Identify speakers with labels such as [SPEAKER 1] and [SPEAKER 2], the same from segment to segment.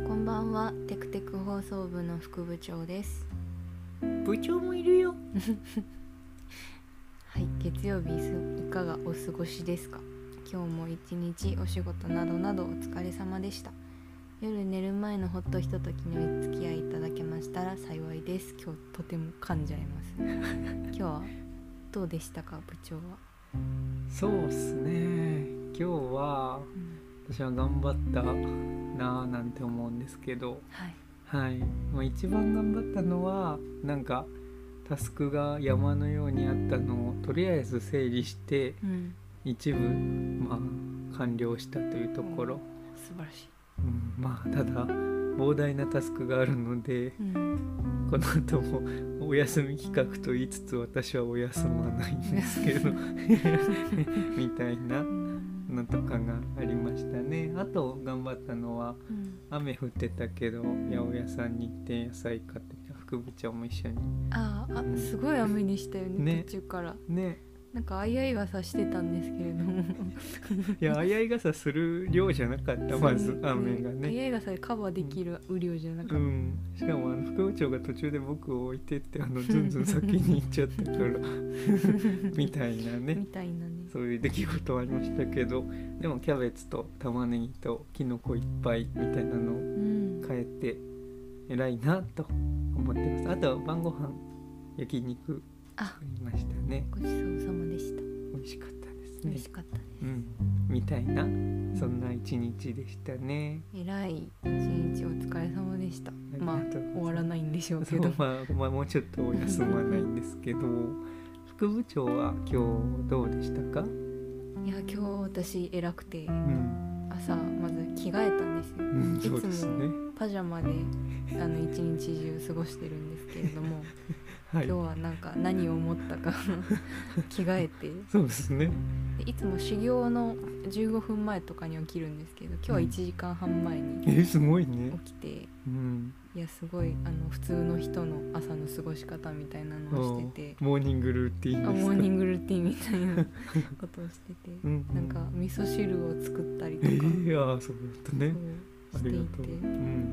[SPEAKER 1] んはテクテク放送部の副部長です
[SPEAKER 2] 部長もいるよ
[SPEAKER 1] はい月曜日いかがお過ごしですか今日も一日お仕事などなどお疲れ様でした夜寝る前のほっとひとときにお付き合いいただけましたら幸いです今日とても噛んじゃいます 今日はどうでしたか部長は、
[SPEAKER 2] そうっすね今日は私は頑張ったなぁなんて思うんですけど
[SPEAKER 1] はい
[SPEAKER 2] はい、まあ、一番頑張ったのはなんかタスクが山のようにあったのをとりあえず整理して
[SPEAKER 1] うん
[SPEAKER 2] 一部まあ完了したというところ、
[SPEAKER 1] 素晴らしい
[SPEAKER 2] うんまあただ膨大なタスクがあるので
[SPEAKER 1] うん
[SPEAKER 2] この後もお休み企画と言いつつ私はお休まないんです けどみたいな
[SPEAKER 1] うん
[SPEAKER 2] のとかがありましたねあと頑張ったのは雨降ってたけど八百屋さんに行って野菜買ってきた副部長も一緒に
[SPEAKER 1] あー
[SPEAKER 2] うん
[SPEAKER 1] あすごい雨にしたよね
[SPEAKER 2] ね
[SPEAKER 1] 途中から
[SPEAKER 2] ね
[SPEAKER 1] なんかあいあい傘してたんですけれども
[SPEAKER 2] いやあやい傘する量じゃなかったまず雨が
[SPEAKER 1] あ
[SPEAKER 2] ね
[SPEAKER 1] いあい傘でカバーできる雨量じゃなか
[SPEAKER 2] う
[SPEAKER 1] っ
[SPEAKER 2] んしかもあの副部長が途中で僕を置いてってあのずんずん先に行っちゃったからみたいな
[SPEAKER 1] た
[SPEAKER 2] ね
[SPEAKER 1] みたいなね
[SPEAKER 2] そういう出来事はありましたけどでもキャベツと玉ねぎときのこいっぱいみたいなのを
[SPEAKER 1] うん
[SPEAKER 2] 変えて偉いなと思ってますあとは晩ご飯焼肉
[SPEAKER 1] あ
[SPEAKER 2] 食いましたね
[SPEAKER 1] ごちそうさまでした
[SPEAKER 2] 美味しかったです
[SPEAKER 1] 美
[SPEAKER 2] ね
[SPEAKER 1] 味しかったです
[SPEAKER 2] うんみたいなそんな一日でしたね
[SPEAKER 1] えらい一日お疲れ様でした
[SPEAKER 2] りが
[SPEAKER 1] まあ
[SPEAKER 2] とうございます
[SPEAKER 1] 終わらないんでしょう
[SPEAKER 2] そ
[SPEAKER 1] け
[SPEAKER 2] う
[SPEAKER 1] ど
[SPEAKER 2] まあ、まあ、もうちょっとお休まないんですけど副部長は今日どうでしたか
[SPEAKER 1] いや今日私偉くて
[SPEAKER 2] うん、
[SPEAKER 1] 朝まず着替えたんですよ
[SPEAKER 2] うん、
[SPEAKER 1] いつ
[SPEAKER 2] そ
[SPEAKER 1] も
[SPEAKER 2] うですね
[SPEAKER 1] パジャマであの一日中過ごしてるんですけれども
[SPEAKER 2] はい
[SPEAKER 1] 今日はなんか何を思ったか 着替えて
[SPEAKER 2] そうですね
[SPEAKER 1] でいつも修行の15分前とかに起きるんですけど今日は1時間半前に
[SPEAKER 2] えすごいね
[SPEAKER 1] 起きて
[SPEAKER 2] うん
[SPEAKER 1] いやすごいあの普通の人の朝の過ごし方みたいなのをしてて
[SPEAKER 2] モーニングルーティ
[SPEAKER 1] あ
[SPEAKER 2] ンです
[SPEAKER 1] モ
[SPEAKER 2] か
[SPEAKER 1] ーニングルーティンみたいなことをしてて
[SPEAKER 2] うん
[SPEAKER 1] なんか味噌汁を作ったりと
[SPEAKER 2] え
[SPEAKER 1] か、
[SPEAKER 2] ー、あーそうだった ね
[SPEAKER 1] そ
[SPEAKER 2] あ
[SPEAKER 1] うして
[SPEAKER 2] り
[SPEAKER 1] い
[SPEAKER 2] がとう、
[SPEAKER 1] て
[SPEAKER 2] うん、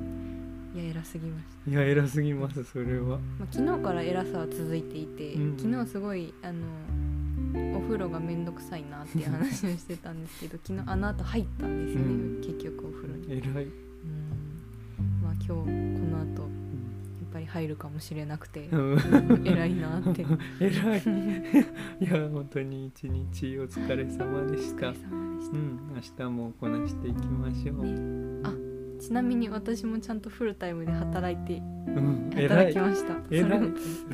[SPEAKER 1] いや偉すぎました、
[SPEAKER 2] いや偉すぎますそれは
[SPEAKER 1] まあ、昨日から偉さは続いていて、
[SPEAKER 2] うん
[SPEAKER 1] 昨日すごいあのお風呂が面倒くさいなっていう話をしてたんですけど昨日あの後入ったんですよね、
[SPEAKER 2] うん
[SPEAKER 1] 結局お風呂に。
[SPEAKER 2] 偉い、
[SPEAKER 1] うんまあ今日この後やっぱり入るかもしれなくて、
[SPEAKER 2] うん、
[SPEAKER 1] 偉いな って
[SPEAKER 2] 偉いいや本当に一日お疲れ様でし
[SPEAKER 1] お疲
[SPEAKER 2] た、
[SPEAKER 1] れ様でし
[SPEAKER 2] うん明日もこなしていきましょう、
[SPEAKER 1] ねたちなみに私もちゃんとフルタイムで働いて
[SPEAKER 2] うん偉
[SPEAKER 1] 働
[SPEAKER 2] い
[SPEAKER 1] きました
[SPEAKER 2] 偉い
[SPEAKER 1] それ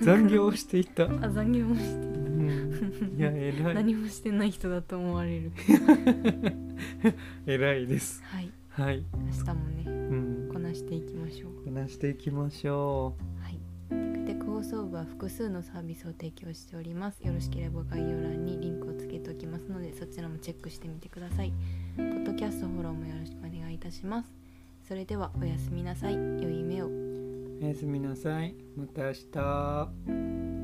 [SPEAKER 2] 残業していた、う
[SPEAKER 1] あ残業もして
[SPEAKER 2] ん、いや偉 い
[SPEAKER 1] 何もしてない人だと思われる
[SPEAKER 2] 偉いです
[SPEAKER 1] はい
[SPEAKER 2] はい、
[SPEAKER 1] 明日も
[SPEAKER 2] う
[SPEAKER 1] ね
[SPEAKER 2] ん、
[SPEAKER 1] こなしていきましょう
[SPEAKER 2] こなしていきましょ
[SPEAKER 1] はいテクテク放送部は複数のサービスを提供しておりますよろしければ概要欄にリンクをつけておきますのでそちらもチェックしてみてくださいポッドキャストフォローもよろしくお願いいたしますそれではおやすみなさい良い夢を
[SPEAKER 2] うおやすみなさいまた明日